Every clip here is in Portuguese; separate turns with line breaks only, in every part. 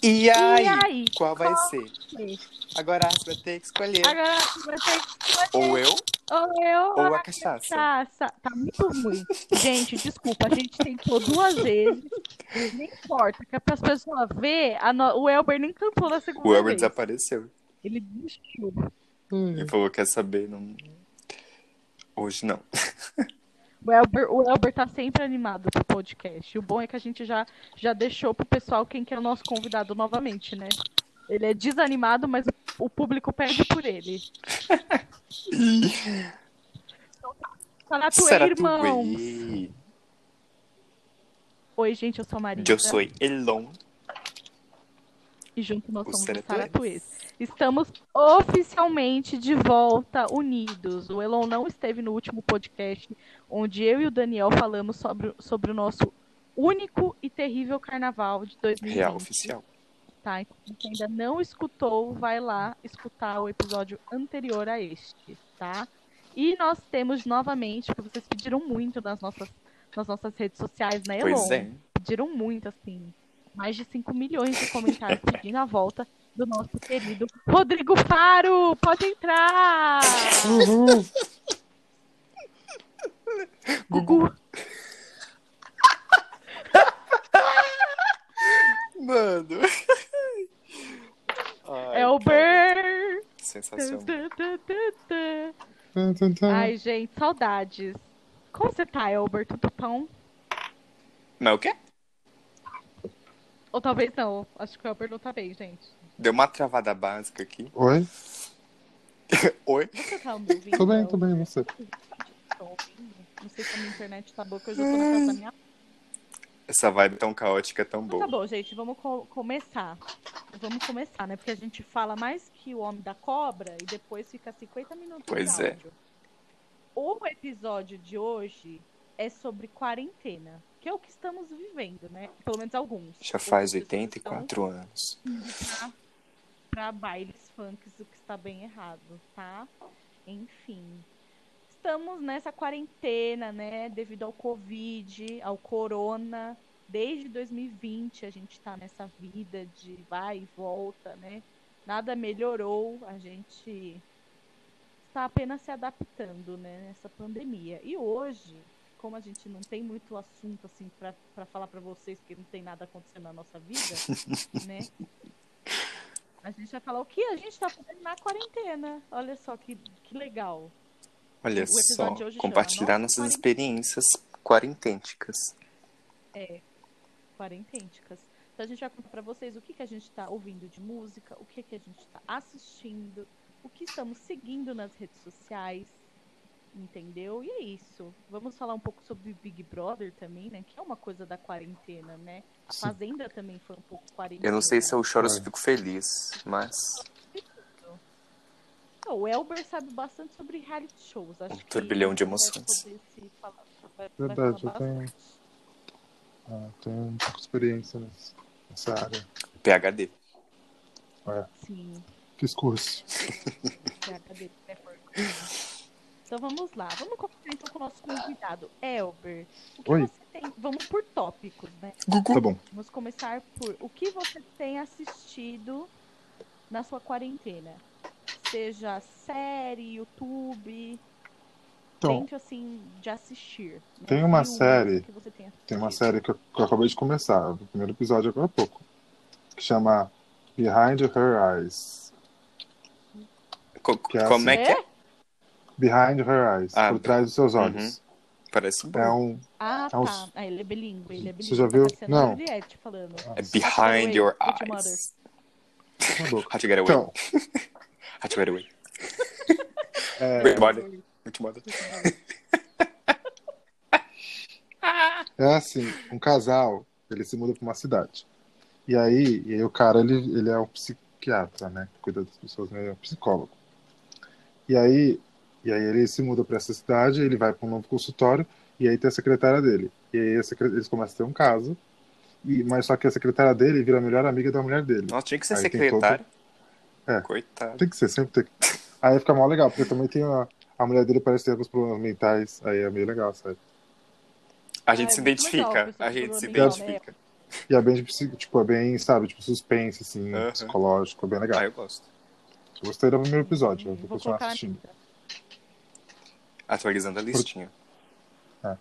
E aí?
aí?
Qual vai ser? Agora você vai ter que escolher.
Agora vai ter que escolher.
Ou eu,
Ou eu
ou
ou
a cachaça.
cachaça. Tá muito ruim. Gente, desculpa, a gente tentou duas vezes. Não importa, que é para as pessoas ver, a no- o Elber nem cantou na segunda
O Elber tá-
vez.
desapareceu.
Ele desistiu.
Ele falou, quer saber? Não... Hoje não.
O Elber, o Elber tá sempre animado pro podcast. O bom é que a gente já, já deixou pro pessoal quem que é o nosso convidado novamente, né? Ele é desanimado, mas o, o público pede por ele. Então tá. Saratuê,
Será tu
irmão.
gay?
Oi, gente, eu sou a Maria.
Eu sou Elon.
E junto nós
o
somos os
Saratuês.
Saratuês. Estamos oficialmente de volta unidos. O Elon não esteve no último podcast, onde eu e o Daniel falamos sobre, sobre o nosso único e terrível carnaval de 2020.
Real oficial.
tá? Então, quem ainda não escutou, vai lá escutar o episódio anterior a este, tá? E nós temos novamente, porque vocês pediram muito nas nossas, nas nossas redes sociais, né, Elon?
Pois é.
Pediram muito, assim. Mais de 5 milhões de comentários pedindo a volta do nosso querido Rodrigo Faro! Pode entrar!
Uhum.
Gugu!
Mano. Ai,
É
cara,
Elber!
é
Sensacional.
Tã, tã, tã, tã. Ai, gente, saudades. Como você tá, Elber? Tudo pão?
Mas o quê?
Ou talvez não. Acho que o Elber não tá bem, gente.
Deu uma travada básica aqui.
Oi?
Oi?
Você tá me ouvindo?
Tudo bem,
Elber?
tudo bem, e você?
Tô ouvindo. Não sei se a minha internet tá boa, que eu já tô na casa da minha...
Essa vibe tão caótica, tão
Então tá
boa.
bom, gente. Vamos co- começar. Vamos começar, né? Porque a gente fala mais que o Homem da Cobra e depois fica 50 minutos
Pois
de
é.
áudio. O episódio de hoje é sobre quarentena, que é o que estamos vivendo, né? Pelo menos alguns.
Já faz
Outras pessoas estão
84 anos.
pra bailes funks, o que está bem errado, tá? Enfim. Estamos nessa quarentena, né? Devido ao Covid, ao corona. Desde 2020 a gente tá nessa vida de vai e volta, né? Nada melhorou, a gente está apenas se adaptando, né, nessa pandemia. E hoje, como a gente não tem muito assunto assim para falar para vocês, porque não tem nada acontecendo na nossa vida, né? A gente vai falar o que a gente tá fazendo na quarentena. Olha só que, que legal.
Olha
episódio
só,
de hoje chama
compartilhar
Nossa
nossas
Quarentena.
experiências quarentênticas.
Quarentênticas. Então a gente vai contar pra vocês o que, que a gente tá ouvindo de música, o que, que a gente tá assistindo, o que estamos seguindo nas redes sociais. Entendeu? E é isso. Vamos falar um pouco sobre Big Brother também, né? Que é uma coisa da quarentena, né? A
Sim.
Fazenda também foi um pouco quarentena.
Eu não sei se eu choro ou se
Vai.
fico feliz, mas
Não, O Elber sabe bastante sobre reality shows. Acho
Um
que
turbilhão de
ele vai
emoções.
poder se falar- vai- vai
Verdade,
falar
eu tenho-
bastante.
Ah, tenho um pouco de experiência nessa, nessa área.
PHD.
Sim.
Fiz curso.
que a cadeira é porca. Então vamos lá, vamos começar então com o nosso convidado, Elber. O que
Oi.
você tem? Vamos por tópicos, né?
Tá bom.
Vamos começar por o que você tem assistido na sua quarentena. Seja série, YouTube,
Então,
tente assim de assistir. né?
Tem uma
Filmes
série.
que você tem,
tem uma
assistido.
série que eu, que eu acabei de começar, o primeiro episódio agora há pouco, que chama Behind Her Eyes.
Co-
Que é
como é que é?
Behind Her Eyes,
Ah,
por trás dos seus olhos.
Parece bom.
É um...
Ah,
É um-
tá. Ah, ele é bilíngue, ele é bilíngue.
Você já viu?
Tá parecendo
Não. Ah,
a Juliette falando.
É
Nossa,
behind your
How to get away with
eyes.
cala a boca.
How to get away.
Então,
How to get away.
é,
Wait, what? Wait, what?
É assim, um casal, ele se muda pra uma cidade. E aí, e aí o cara, ele, ele é um psiquiatra, né? Cuida das pessoas, né? Ele é um psicólogo. E aí, e aí ele se muda pra essa cidade, ele vai pra um novo consultório, e aí tem a secretária dele. E aí a secre- eles começam a ter um caso, e, mas só que a secretária dele vira a melhor amiga da mulher dele.
Nossa, tinha que ser
Aí tem
secretário.
todo- É.
Coitado.
Tem que ser, sempre tem que... Aí fica mal legal, porque também tem a, a mulher dele parece ter alguns problemas mentais, aí é meio legal, sabe?
A gente
Ah,
se
é muito legal,
identifica.
pessoal,
A gente se
Então,
problema mental,
identifica.
E é bem, de- tipo, é bem, sabe, tipo, suspense, assim,
Aham.
psicológico, é bem legal.
Ah, eu gosto.
Eu Gostei do primeiro episódio, eu vou,
Vou
continuar
colocar na
assistindo.
lista.
Atualizando a listinha.
Ah.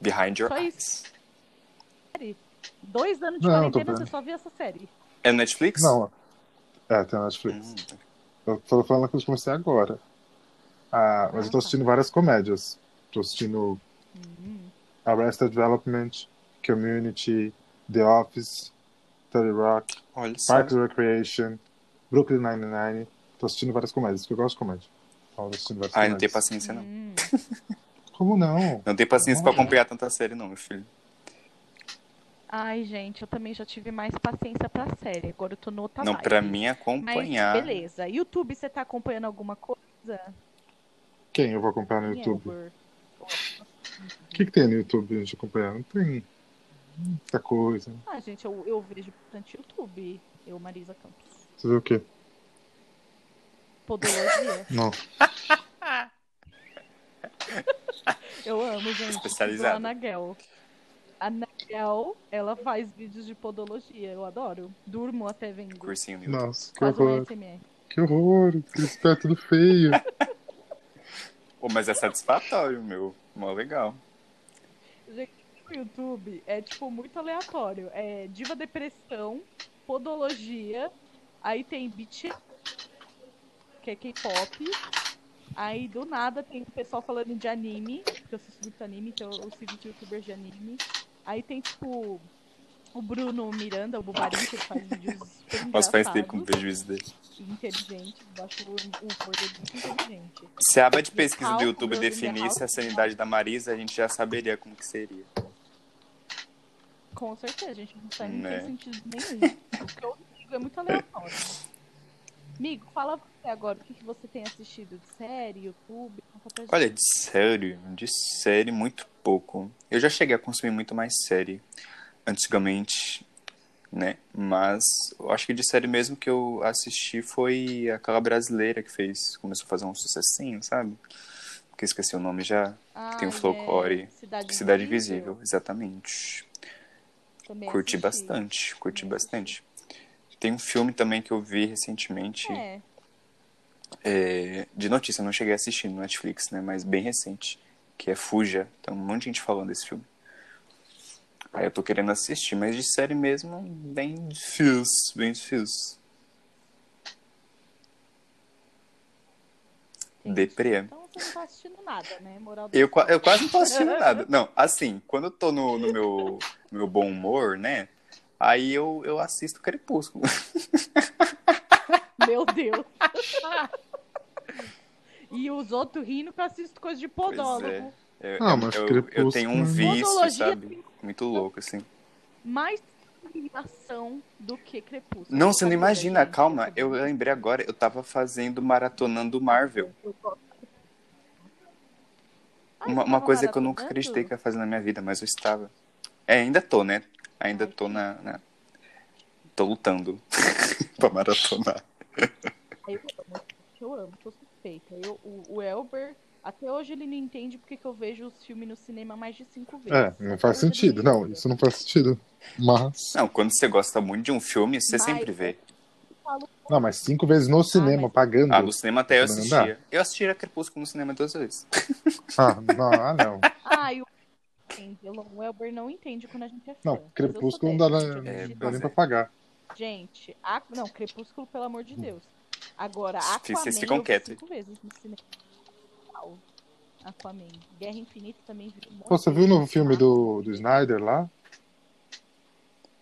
Behind Your
Só
Eyes.
Dois anos de
Não, tô
quarentena,
vendo.
você só viu essa série.
É no Netflix?
Não, é, tem na Netflix.
Hum,
Eu tô falando que eu comecei agora. Ah, mas eu
tá.
tô assistindo várias comédias. Tô assistindo
Hum.
Arrested Development, Community, The Office, 30 Rock,
olha só.
Parks and Recreation, Brooklyn Nine-Nine. Tô assistindo várias comédias, porque eu gosto de comédia. Então, eu tô assistindo várias
Ah, eu não
comédias.
tenho paciência, não.
Hum.
Como não?
Não tenho paciência pra
Olha.
acompanhar tanta série, não, meu filho.
Ai, gente, eu também já tive mais paciência pra série. Agora eu tô no outra
não,
vibe.
pra mim
Tá
é
Mas
acompanhar.
beleza. YouTube, você tá acompanhando alguma coisa?
Quem eu vou acompanhar no
Quem é,
YouTube?
Igor?
O que, que tem no YouTube pra gente acompanhar? Não tem muita coisa.
Ah, gente, eu, eu vejo bastante YouTube. Eu, Marisa Campos.
Você vê o quê?
Podologia.
Não.
eu amo, gente.
Especializada.
A Anagel. A Anagel, ela faz vídeos de podologia. Eu adoro. Durmo até vendo.
Cursinho no YouTube.
Nossa, que
Quase um
horror.
SMR.
Que horror. Esse pé é tudo feio.
Ô, mas é satisfatório, meu. Mó legal.
Gente, o YouTube é, tipo, muito aleatório. É diva depressão, podologia, aí tem beat, que é K-pop. Aí, do nada, tem o pessoal falando de anime, que eu assisto muito anime, então eu sigo os youtubers de anime. Aí tem, tipo, o Bruno Miranda, o Bubarim, que ele faz vídeos super
Mas faz tempo que eu não
engraçados
vejo isso daí.
e inteligentes. Eu acho o humor dele muito inteligente.
Se a aba de pesquisa do
House,
YouTube
Girls in the
definisse a
House.
sanidade da Marisa, a gente já saberia como que seria.
Com certeza, gente. Não tá não
Né.
tem sentido nenhum. O que eu digo é muito aleatório. Amigo, fala você agora o que, que você tem assistido de série, YouTube, conta pra gente.
Olha, de série, de série muito pouco. Eu já cheguei a consumir muito mais série antigamente, né? Mas eu acho que de série mesmo que eu assisti foi aquela brasileira que fez, começou a fazer um sucessinho, sabe? Porque esqueci o nome já.
Ah,
tem o
e
Folclore,
é Cidade,
Cidade Invisível, exatamente.
também
curti
assisti.
bastante, curti bastante. Tem um filme também que eu vi recentemente.
É,
É, de notícia, eu não cheguei a assistir no Netflix, né? Mas bem recente, que é Fuja. Tem um monte de gente falando desse filme. Aí eu tô querendo assistir, mas de série mesmo, bem difícil, bem difícil.
entendi.
Deprê.
Então você não tá assistindo nada, né? Moral da
Eu, qua- eu quase não tô assistindo nada. Não, assim, quando eu tô no, no meu, no meu bom humor, né? Aí eu, eu assisto Crepúsculo.
Meu Deus. e os outros rindo que eu assisto coisa de podólogo.
Pois Eu,
Ah,
eu-
mas
eu, eu
Crepúsculo- é
tenho um vício,
Monologia
sabe? Muito louco, assim.
Mais ação do que Crepúsculo.
Não, você não
Sabia,
imagina,
gente?
calma,
sabia.
eu lembrei agora, eu tava fazendo maratonando Marvel.
Eu gosto.
Uma,
Ah, você
uma
tava
coisa que eu nunca
maratonando?
acreditei que eu ia fazer na minha vida, mas eu estava. É, ainda tô, né? Ainda tô na. na- Tô lutando pra maratonar.
Eu amo, eu amo, sou suspeita. Eu, o, o Elber, até hoje ele não entende porque que eu vejo os filmes no cinema mais de cinco
É,
vezes.
não faz sentido. Não, isso não faz sentido. Mas.
Não, quando você gosta muito de um filme, você
Mas-
sempre vê.
Não, mas cinco vezes no cinema,
mas-
pagando.
Ah, no cinema até eu
Não dá.
assistia. Eu assistia Crepúsculo no cinema duas vezes.
Ah, não, ah, não.
Ah, eu entendo. O Elber não entende quando a gente é fã.
Não,
mas eu sou
Crepúsculo não dá,
dessas,
né?
gente,
Não dá
pois
nem
é.
pra pagar.
Gente, a- não, Crepúsculo, pelo amor
Hum.
de Deus. Agora,
Vocês-
Aquaman
vocês ficam
eu vi
quietos.
cinco vezes no cinema. Uau. Aquaman. Guerra Infinita também vi um monte
Pô, você
de
viu o novo
vezes.
filme do, do Snyder lá?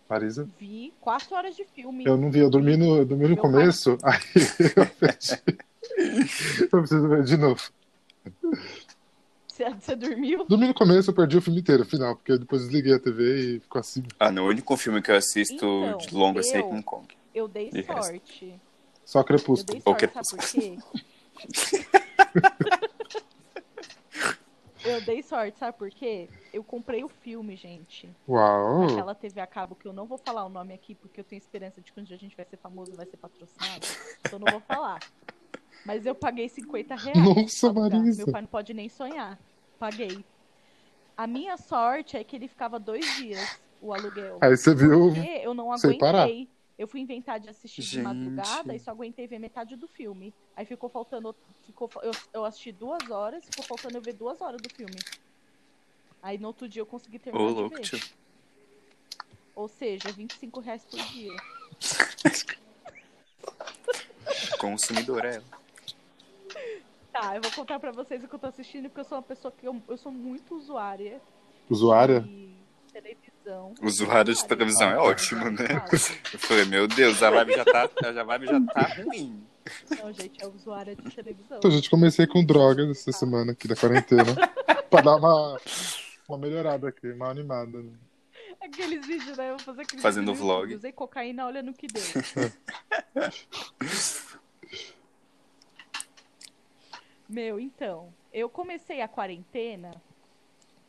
Marisa?
Vi quatro horas de filme.
Eu não vi, eu dormi no, eu dormi no
Meu
começo, aí eu perdi. Eu preciso ver de novo.
Você, você dormiu?
Dormi no começo, eu perdi o filme inteiro, final, porque depois desliguei a TV e ficou assim.
Ah, no único filme que eu assisto
Então,
de longo, é eu sei
eu-
King Kong.
Eu dei
De resto.
sorte.
Só
Eu
Crepúsculo.
dei sorte,
Ok.
sabe por quê? eu dei sorte, sabe por quê? Eu comprei o filme, gente.
Uau!
Aquela TV a cabo, que eu não vou falar o nome aqui, porque eu tenho esperança de que um dia a gente vai ser famoso, vai ser patrocinado. Então eu não vou falar. Mas eu paguei 50 reais.
Nossa,
pra alugar.
Marisa.
Meu pai não pode nem sonhar. Paguei. A minha sorte é que ele ficava dois dias. o aluguel.
Aí você viu.
Porque eu não
Sei parar.
aguentei. Eu fui inventar de assistir de
Gente.
madrugada e só aguentei ver metade do filme. Aí ficou faltando. Ficou, fa- eu, eu assisti duas horas, ficou faltando eu ver duas horas do filme. Aí no outro dia eu consegui
Ô,
terminar. de
louco,
ver.
tio.
Ou seja, R$ 25 reais por dia.
Consumidor é ela.
Tá, eu vou contar pra vocês o que eu tô assistindo, porque eu sou uma pessoa que eu, eu sou muito usuária
Usuária?
de televisão.
Usuário de televisão é ótimo, né? Eu falei, meu Deus, a vibe já tá, a vibe já tá ruim.
Não, gente, é usuária de televisão.
Então, gente, comecei com drogas
Tá.
essa semana aqui da quarentena. pra dar uma, uma melhorada aqui, uma animada. Né?
Aqueles vídeos, né? Eu vou fazer aqueles
Fazendo
vídeos no YouTube.
vlog.
Usei cocaína, olha no que deu. Meu, então, eu comecei a quarentena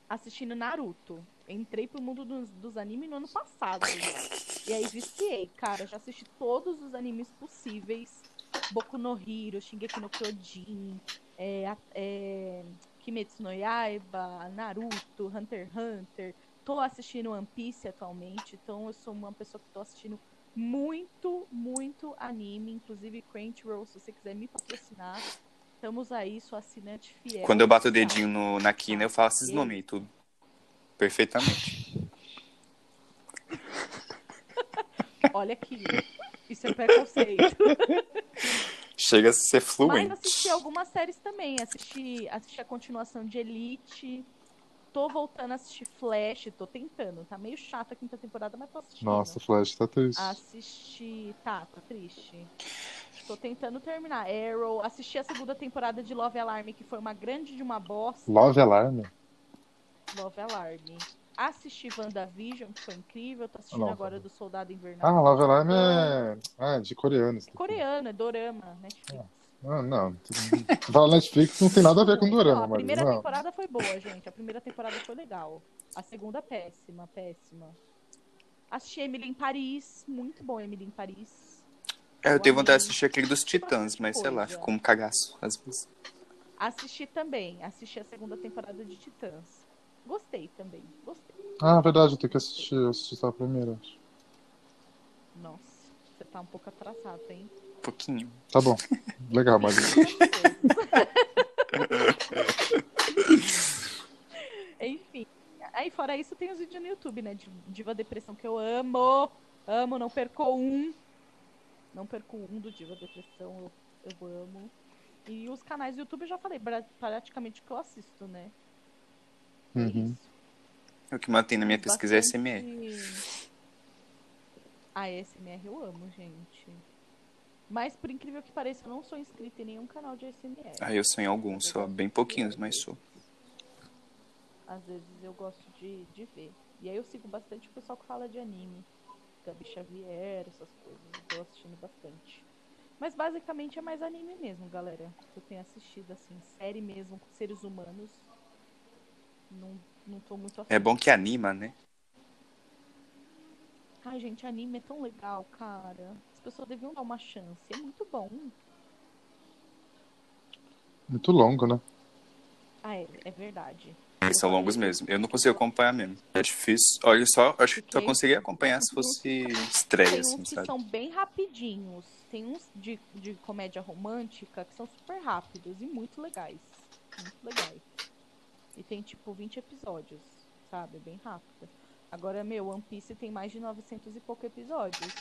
assistindo Naruto. Entrei pro mundo dos, dos animes no ano passado. né? E aí viciei, cara. Já assisti todos os animes possíveis. Boku no Hiro, Shingeki no Kyojin, é, a- é, Kimetsu no Yaiba, Naruto, Hunter x Hunter. Tô assistindo One Piece atualmente, então eu sou uma pessoa que tô assistindo muito, muito anime. Inclusive, Crunchyroll, se você quiser me patrocinar, estamos aí, sou assinante fiel.
Quando eu bato o
Tá.
dedinho no- na quina, eu falo esses nomes e tudo. Perfeitamente.
Olha aqui, isso é preconceito.
Chega a ser
Mas
fluente.
assisti algumas séries também. Assisti, assisti a continuação de Elite. Tô voltando a assistir Flash, tô tentando. Tá meio chato a quinta temporada, mas tô assistindo.
Nossa, Flash, tá triste.
Ah, Assisti. Tá, tá triste. Tô tentando terminar. Arrow. Assisti a segunda temporada de Love Alarm, que foi uma grande de uma bosta.
Love Alarm?
Love Alarm. Assisti WandaVision, que foi incrível. Tô assistindo
Nossa.
agora do Soldado Invernal.
Ah, Love Alarm é. Ah, é de coreano. isso
É
daqui.
Coreana, é dorama, Netflix.
Ah, não. Fala Netflix, não tem nada a ver Tá com
Ó,
Dorama,
A
mas
primeira
não.
temporada foi boa, gente. A primeira temporada foi legal. A segunda, péssima, péssima. Assisti Emily em Paris. Muito bom, Emily em Paris.
É, eu tenho vontade de assistir aquele dos Titãs, mas sei lá,
é Coisa.
ficou um cagaço às vezes.
Assisti também. Assisti a segunda temporada de Titãs. Gostei também. Gostei.
Ah, verdade, eu tenho que assistir. Eu assisti só a primeira. acho.
Nossa, você tá um pouco atrasado, hein?
Um pouquinho.
Tá bom. Legal, mas.
Enfim. Aí, fora isso, tem os vídeos no YouTube, né? de Diva Depressão, que eu amo. Amo, não perco um. Não perco um do Diva Depressão, eu, eu amo. E os canais do YouTube eu já falei pra- praticamente que eu assisto, né? É
Uhum.
isso.
O que mantém na minha pesquisa é SMR.
SMR. Ah, SMR eu amo, gente. Mas, por incrível que pareça, eu não sou inscrita em nenhum canal de SMR.
Ah, eu sou em alguns, só bem pouquinhos, mas sou.
Às vezes eu gosto de, de ver. E aí eu sigo bastante o pessoal que fala de anime. Gabi Xavier, essas coisas. Eu tô assistindo bastante. Mas basicamente é mais anime mesmo, galera. que Eu tenho assistido, assim, série mesmo, com seres humanos. Não, não tô muito afim.
É bom que anima, né?
Ai, gente, anime é tão legal, cara. As pessoas deviam dar uma chance. É muito bom.
Muito longo, né?
Ah, é, é verdade.
Eles são longos mesmo. Eu não consigo acompanhar mesmo. É difícil. Olha, eu só, acho que só conseguiria acompanhar se fosse
Tem
estreia,
uns
assim,
que
sabe?
são bem rapidinhos. Tem uns de, de comédia romântica que são super rápidos e muito legais. Muito legais. E tem tipo 20 episódios, sabe? Bem rápido. Agora, meu, One Piece tem mais de 900 e pouco episódios.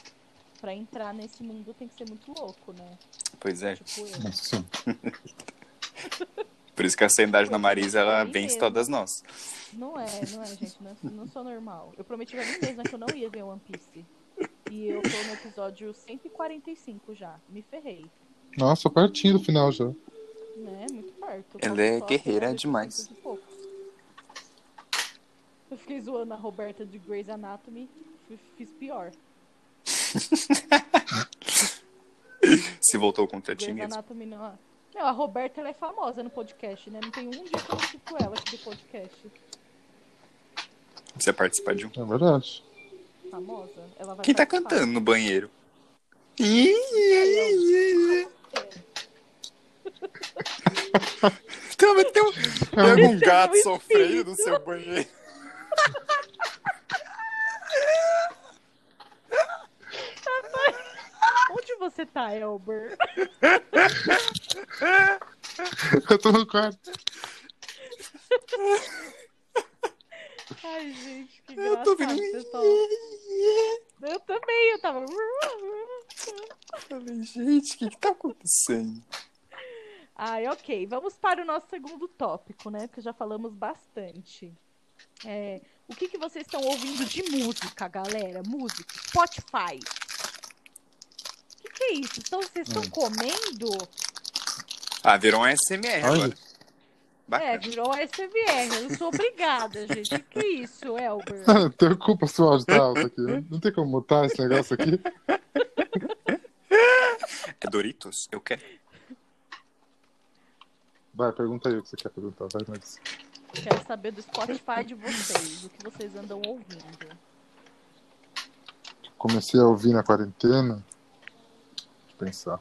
Pra entrar nesse mundo tem que ser muito louco, né?
Pois é.
Tipo eu.
Nossa, sim.
Por isso que a sanidade da Marisa, ela
Tem
vence
mesmo.
todas nós.
Não é, não é, gente. Não, não sou normal. Eu prometi pra mim mesma que eu não ia ver One Piece. E eu tô no episódio 145 já. Me ferrei.
Nossa, pertinho do final já.
Né? Muito perto.
Ela
Quase
é
só
guerreira
até
demais.
800 e pouco. Eu fiquei zoando a Roberta de Grey's Anatomy. f- Fiz pior.
Se voltou contra ti
Grey's
mesmo.
Anatomy não. a- Não, a Roberta ela é famosa no podcast, né? Não tem um dia que eu não cito ela aqui do podcast.
Você participar de um.
É verdade.
Famosa. Ela vai
Quem tá
participar.
cantando no banheiro? Tá, mas tem um, tem algum gato sofrendo no seu banheiro.
você tá, Elber?
Eu tô no quarto.
Ai, gente, que
Eu
engraçado.
tô vindo.
pessoal. Eu também, eu tava.
Falei, gente, o que que tá acontecendo?
Ai, ok. Vamos para o nosso segundo tópico, né? Porque já falamos bastante. É, o que, que vocês estão ouvindo de música, galera? Música, Spotify. O que, que é isso? Então, vocês estão comendo?
Ah, virou um SMR agora.
Olha,
É,
Bacana.
virou SVR. Eu sou obrigada, gente. O que, que é isso, Elber?
não tem culpa se o áudio tá alto aqui. Não tem como mutar esse negócio aqui.
tipo-
É Doritos? Eu quero.
Vai, pergunta aí o que você quer perguntar. Vai, Max.
Quero saber do Spotify de vocês. O que vocês andam ouvindo.
Comecei a ouvir na quarentena. Deixa eu pensar.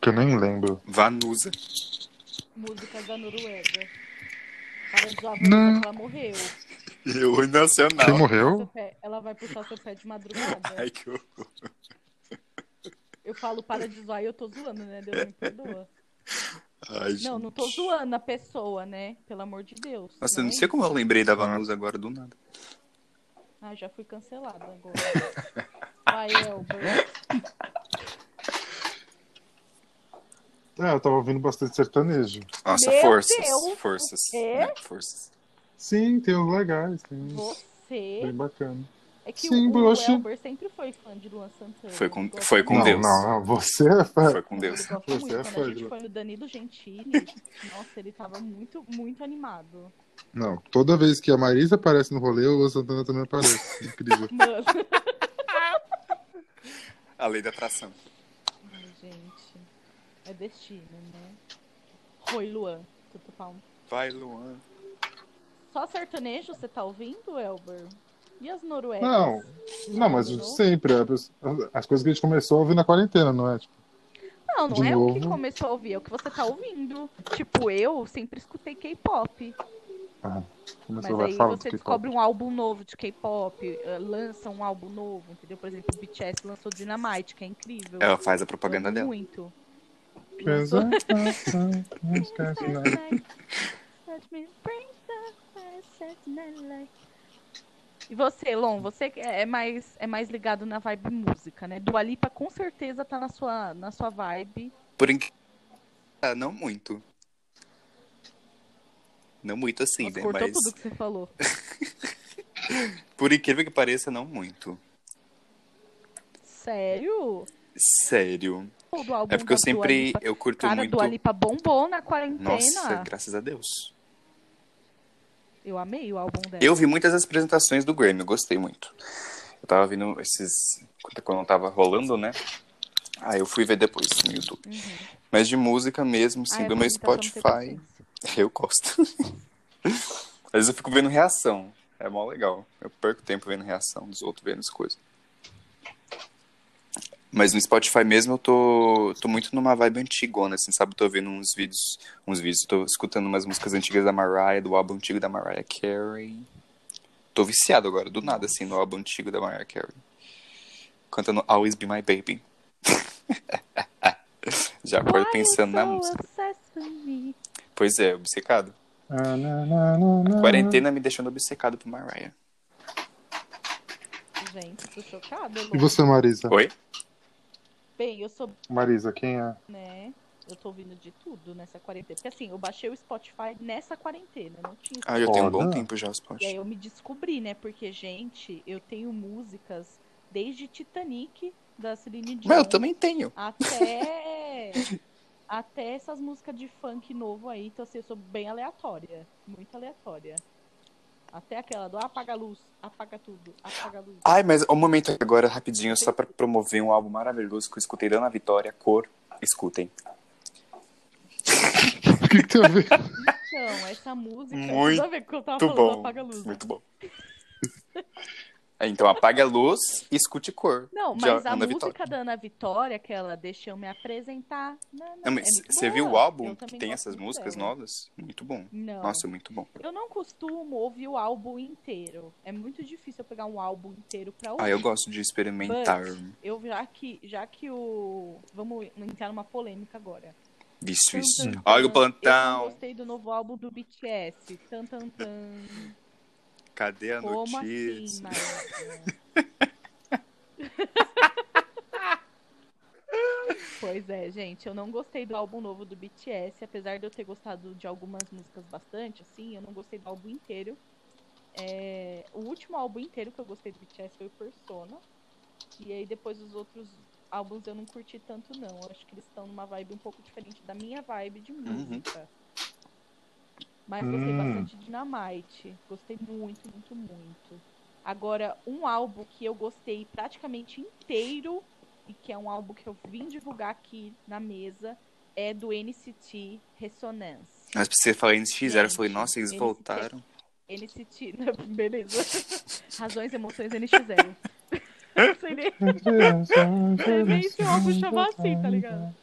Que eu nem lembro.
Vanusa.
Música da Noruega. Para de jovem,
Não.
ela morreu.
Eu
Quem
nacional.
Seu
morreu?
pé- Ela vai puxar seu pé de madrugada.
Ai, que horror.
Eu falo para de zoar e eu tô zoando, né? Deus me perdoa.
Ai,
Não, não tô
gente.
zoando a pessoa, né? Pelo amor de Deus.
Nossa, eu
não
não
é
sei como eu
isso.
lembrei da Vanusa agora do nada.
Ah, já fui cancelada agora. Vai, Elber.
É, eu tava ouvindo bastante sertanejo.
Nossa,
Meu
forças.
Deus,
Forças.
o quê?
né? Forças.
Sim, tem uns legais. Tem uns
Você.
bem bacana.
É que
Sim,
o, o
broxa.
Elber sempre foi fã de Luan Santana.
Foi com-
Ele gosta
foi com
não,
muito.
Deus.
não, não. Você é fã.
Foi com Deus.
Ele gosta muito.
Você é
Quando
fã
a
de
gente
Luan.
foi no Danilo Gentili, nossa, ele tava muito, muito animado.
Não, toda vez que a Marisa aparece no rolê, o Luan Santana também aparece. Incrível.
Mano.
A lei da atração.
Ai, gente. É destino, né? Foi, Luan. Tudo palmo.
Vai, Luan.
Só sertanejo você tá ouvindo, Elber? E as noruegas?
Não, não, mas sempre. As, as coisas que a gente começou a ouvir na quarentena, não é? Tipo,
Não, não
de
é o que
novo.
começou a ouvir, é o que você tá ouvindo. Tipo, eu sempre escutei K-pop. Mas
começou vai
aí
falar do
você
K-pop.
descobre um álbum novo de K-pop, eh, lança um álbum novo, entendeu? Por exemplo, o BTS lançou Dynamite, que é incrível.
Ela faz a propaganda
Amo
dela.
muito.
Pensa, não esquece né? nada.
E você, Lon, você que é mais, é mais ligado na vibe música, né? Dua Lipa com certeza tá na sua, na sua vibe.
Por enquanto. Ah, não muito. Não muito assim,
Nossa,
né?
cortou
Mas.
tudo que você falou.
Por incrível que pareça, não muito.
Sério?
Sério.
Ou do álbum
É porque eu
da Dua
sempre.
Lipa?
Eu curto
Cara, é
muito.
Dua Lipa bombou na quarentena.
Nossa, graças a Deus.
Eu amei o álbum dela.
Eu vi muitas das apresentações do Grammy, eu gostei muito. Eu tava vendo esses. quando- Quando tava rolando, né? Aí eu fui ver depois no YouTube.
Uhum.
Mas de música mesmo,
Ah,
assim,
é
do meu
bonita, só não sei
Spotify,
paciência.
eu gosto. Às vezes eu fico vendo reação. É mó legal. Eu perco tempo vendo reação dos outros, vendo as coisas. Mas no Spotify mesmo eu tô, tô muito numa vibe antigona, assim, sabe? Tô vendo uns vídeos, uns vídeos, tô escutando umas músicas antigas da Mariah, do álbum antigo da Mariah Carey. Tô viciado agora, do nada, assim, no álbum antigo da Mariah Carey. Cantando Always Be My Baby. Já acordo
Why you
pensando na
so
música.
obsessed with me?
Pois é, obcecado.
Ah, na, na, na, na.
Quarentena me deixando obcecado por Mariah.
Gente, tô chocada, Lon.
E você, Marisa?
Oi?
Bem, eu sou,
Marisa, quem é?
né? Eu tô ouvindo de tudo nessa quarentena. Porque assim, eu baixei o Spotify nessa quarentena, não tinha.
Ah, já tem um bom
Foda.
tempo já, os
E aí
Spotify.
eu me descobri, né? Porque, gente, eu tenho músicas desde Titanic, da Celine Dion,
Mas eu também tenho.
até... até essas músicas de funk novo aí. Então, assim, eu sou bem aleatória. Muito aleatória. Até aquela do apaga a luz, apaga tudo, apaga a luz.
Ai, mas um momento agora, rapidinho, só pra promover um álbum maravilhoso que eu escutei da Ana Vitória, Cor. Escutem.
O que, que tem a ver?
Então, essa música.
Muito
tudo a ver com o que eu tava
Muito
falando do
bom.
apaga a luz.
Muito bom. É, Então apague a luz e escute cor.
Não,
de
mas a
Ana
música
Vitória.
da Ana Vitória, aquela Deixa Eu Me Apresentar. é Não,
Não, mas você viu o álbum que tem essas músicas
não?
novas? Muito bom.
Não.
Nossa, muito bom.
Eu não costumo ouvir o álbum inteiro. É muito difícil eu pegar um álbum inteiro pra ouvir.
Ah, eu gosto de experimentar.
Eu já que, já que o. Vamos entrar numa polêmica agora.
Isso, isso.
Tan, tan,
Olha o
tan. Eu não
plantão.
gostei do novo álbum do BTS. Tan, tan, tan.
Cadê a
Como assim,
notícia?
Maria? Pois é, gente, eu não gostei do álbum novo do BTS, apesar de eu ter gostado de algumas músicas bastante, assim, eu não gostei do álbum inteiro. É, o último álbum inteiro que eu gostei do BTS foi o Persona. E aí depois os outros álbuns eu não curti tanto, não. Eu acho que eles estão numa vibe um pouco diferente da minha vibe de
Uhum.
música. Mas gostei
Hum.
bastante de Dynamite. Gostei muito, muito, muito. Agora, um álbum que eu gostei praticamente inteiro e que é um álbum que eu vim divulgar aqui na mesa é do NCT Resonance.
Mas pra você falar NX0, eu falei,
Gente,
nossa, eles
NCT.
voltaram.
NCT, beleza. Razões, emoções, NX0. Não sei nem- nem se o álbum chamar assim, tá ligado?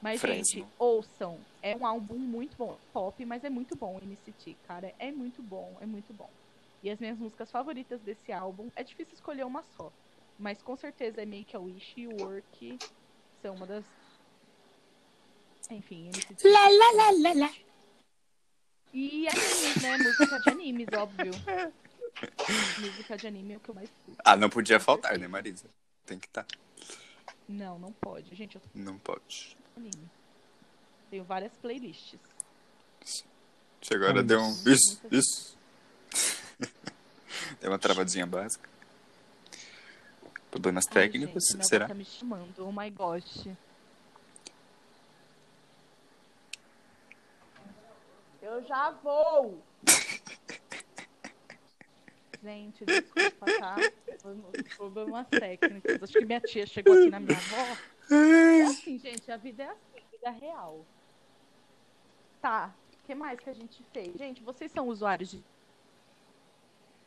Mas,
Fresno.
gente, ouçam. É um álbum muito bom. Pop, mas é muito bom o NCT, cara. É muito bom, é muito bom. E as minhas músicas favoritas desse álbum, é difícil escolher uma só. Mas com certeza é Make a Wish e Work são uma das. Enfim, NCT.
La la la la la.
E animes, né? Música de animes, óbvio. Música de anime é o que eu mais curto.
Ah, não podia faltar, né, Marisa? Tem que estar.
Não, não pode. Gente, eu tô
Não pode.
com anime. Tenho várias playlists.
Isso agora
Hum.
deu um. Isso, isso. deu uma travadinha básica. Problemas
Ai,
técnicos,
gente, meu avô
será?
Tá me chamando. Oh my gosh. Eu já vou. gente, desculpa, tá? Problemas técnicos. Acho que minha tia chegou aqui na minha avó. É assim, gente, a vida é assim, a vida é real. Tá. O que mais que a gente fez? Gente, vocês são usuários de.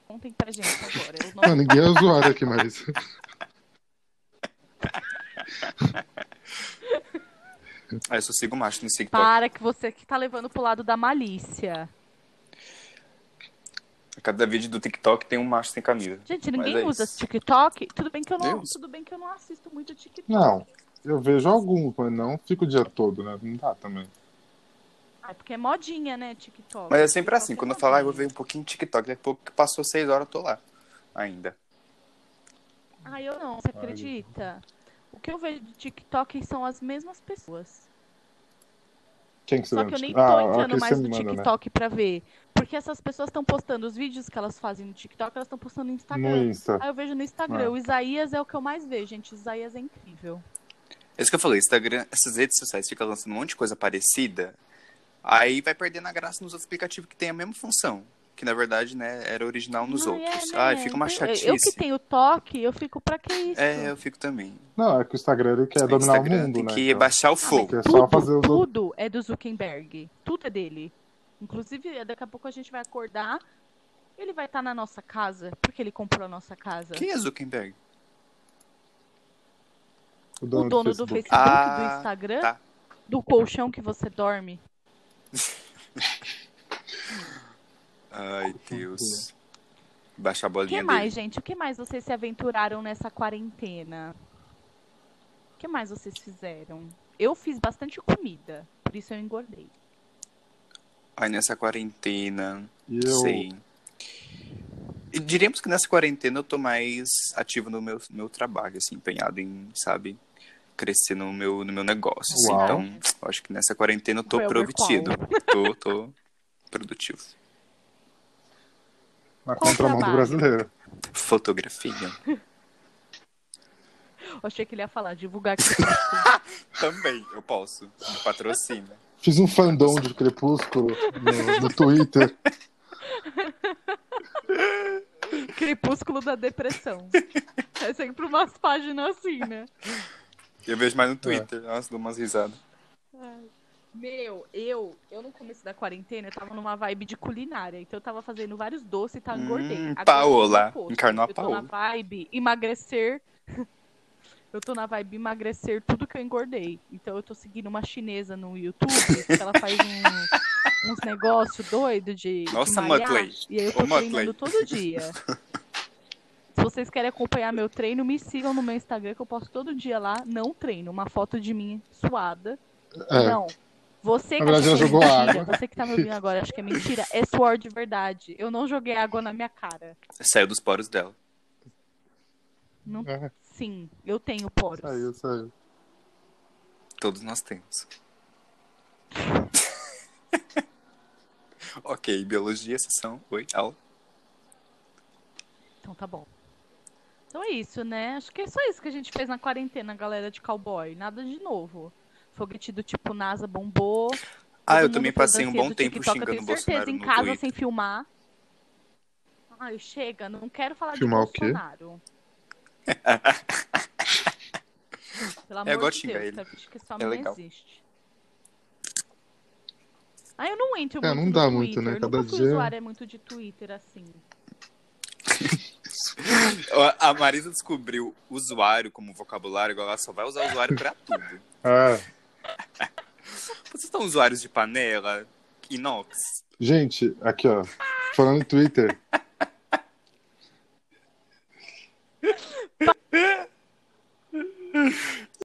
Contem pra gente agora. Eu não
Não, ninguém é usuário aqui, Marisa.
tá
Ah, eu só sigo macho no TikTok.
Para que você que tá levando pro lado da malícia.
Cada vídeo do TikTok tem um macho sem camisa.
Gente,
Mas
ninguém
é
usa
isso.
TikTok. Tudo bem que eu não,
Deus.
tudo bem que eu não assisto muito TikTok.
Não, eu vejo alguns, mas não fico o dia todo, né? Não dá também.
Ah, porque é modinha, né, TikTok.
Mas é sempre assim,
TikTok
quando eu
é
falar, eu vou
modinha.
ver um pouquinho de TikTok. Daqui a pouco que passou seis horas, eu tô lá. Ainda.
Ah, eu não, você acredita? O que eu vejo de TikTok são as mesmas pessoas.
Quem que você
Só
vê
que eu
no
nem
TikTok?
tô entrando
aquele
mais
você
no
me manda, né?
TikTok pra ver. Porque essas pessoas estão postando os vídeos que elas fazem no TikTok, elas estão postando no
No
Instagram.
Insta.
Aí eu vejo no Instagram.
É.
O Isaías é o que eu mais vejo, gente. O Isaías é incrível.
É isso que eu falei, Instagram, essas redes sociais ficam lançando um monte de coisa parecida, aí vai perdendo a graça nos outros aplicativos que tem a mesma função. Que na verdade, né, era original nos
Não, é,
outros.
né?
Ai, fica uma
Então, eu-
chatice.
Eu que tenho toque, eu fico pra que isso?
É, eu fico também.
Não, é que o Instagram ele quer
O
dominar
Instagram
o mundo,
tem
né?
que
então.
baixar o
Ah,
fogo.
mas
É só fazer o do-
tudo é do Zuckerberg. Tudo é dele. Inclusive, daqui a pouco a gente vai acordar. Ele vai estar na nossa casa, porque ele comprou a nossa casa.
Quem é Zuckerberg?
O
O
dono,
dono do Facebook,
Ah,
do Instagram,
tá.
do colchão que você dorme.
Ai,
é?
Deus. Baixar a
O que
bolinha
é mais,
dele.
gente? O que mais vocês se aventuraram nessa quarentena? O que mais vocês fizeram? Eu fiz bastante comida, por isso eu engordei.
Ai, nessa quarentena.
E eu,
Sei. E diríamos que nessa quarentena eu tô mais ativo no meu, meu trabalho, assim, empenhado em, sabe, crescer no meu, no meu negócio. assim.
Uau.
Então, eu acho que nessa quarentena eu tô
Foi o meu
produtivo. Tô, tô produtivo.
na
Qual
contramão do
trabalho?
brasileiro.
Fotografia
Eu achei que ele ia falar, divulgar aqui.
também, eu posso. Me patrocina.
Fiz um fandom de Crepúsculo no, no Twitter.
Crepúsculo da Depressão. É sempre umas páginas assim, né?
Ah. Eu vejo mais no Twitter. Nossa, dou umas risadas.
Meu, eu, eu no começo da quarentena, eu tava numa vibe de culinária. Então eu tava fazendo vários doces e tá
Hum,
engordei. Agora eu tô
Paola,
no oposto.
encarnou a
Eu tô na
Paola.
vibe emagrecer. Eu tô na vibe emagrecer tudo que eu engordei. Então eu tô seguindo uma chinesa no YouTube, que ela faz um- uns negócios doidos de. de
Nossa,
malhar,
Muttley.
E aí eu
Ô,
tô
Muttley.
treinando todo dia. Se vocês querem acompanhar meu treino, me sigam no meu Instagram, que eu posto todo dia lá. Não treino, uma foto de mim suada.
É,
Não. Você que
Na
achou que
verdade, ela
é
jogou
mentira,
água.
você que tá me ouvindo agora, acho que é mentira, é suor de verdade. Eu não joguei água na minha cara.
Saiu dos poros dela.
Não...
é,
Sim, eu tenho poros.
saiu, saiu.
Todos nós temos. ok, biologia, sessão. Oi, aula.
Então tá bom. Então é isso, né? Acho que é só isso que a gente fez na quarentena, galera de cowboy. Nada de novo. Foguete do tipo NASA bombou.
Ah,
Todo
eu
mundo
também
fez
passei um
dancinha
bom
do
tempo
TikTok,
xingando o
Eu tenho certeza,
Bolsonaro
em
no
casa
Twitter.
sem filmar. Ai, chega, não quero falar
Filmar o
de
quê?
Bolsonaro. Pelo amor
Eu gosto de
de
xingar
Deus,
É, ele.
sabe que esse
É
homem não
legal.
existe. Ah, eu não entro
É,
muito
não
no
dá
Twitter.
muito, né?
Eu nunca
Cada
fui
dia-
usuária muito de Twitter, assim.
Ó, A Marisa descobriu usuário como vocabulário, agora ela só vai usar usuário pra tudo.
Ah,
Vocês são usuários de panela, inox?
gente, aqui, ó. Falando em Twitter,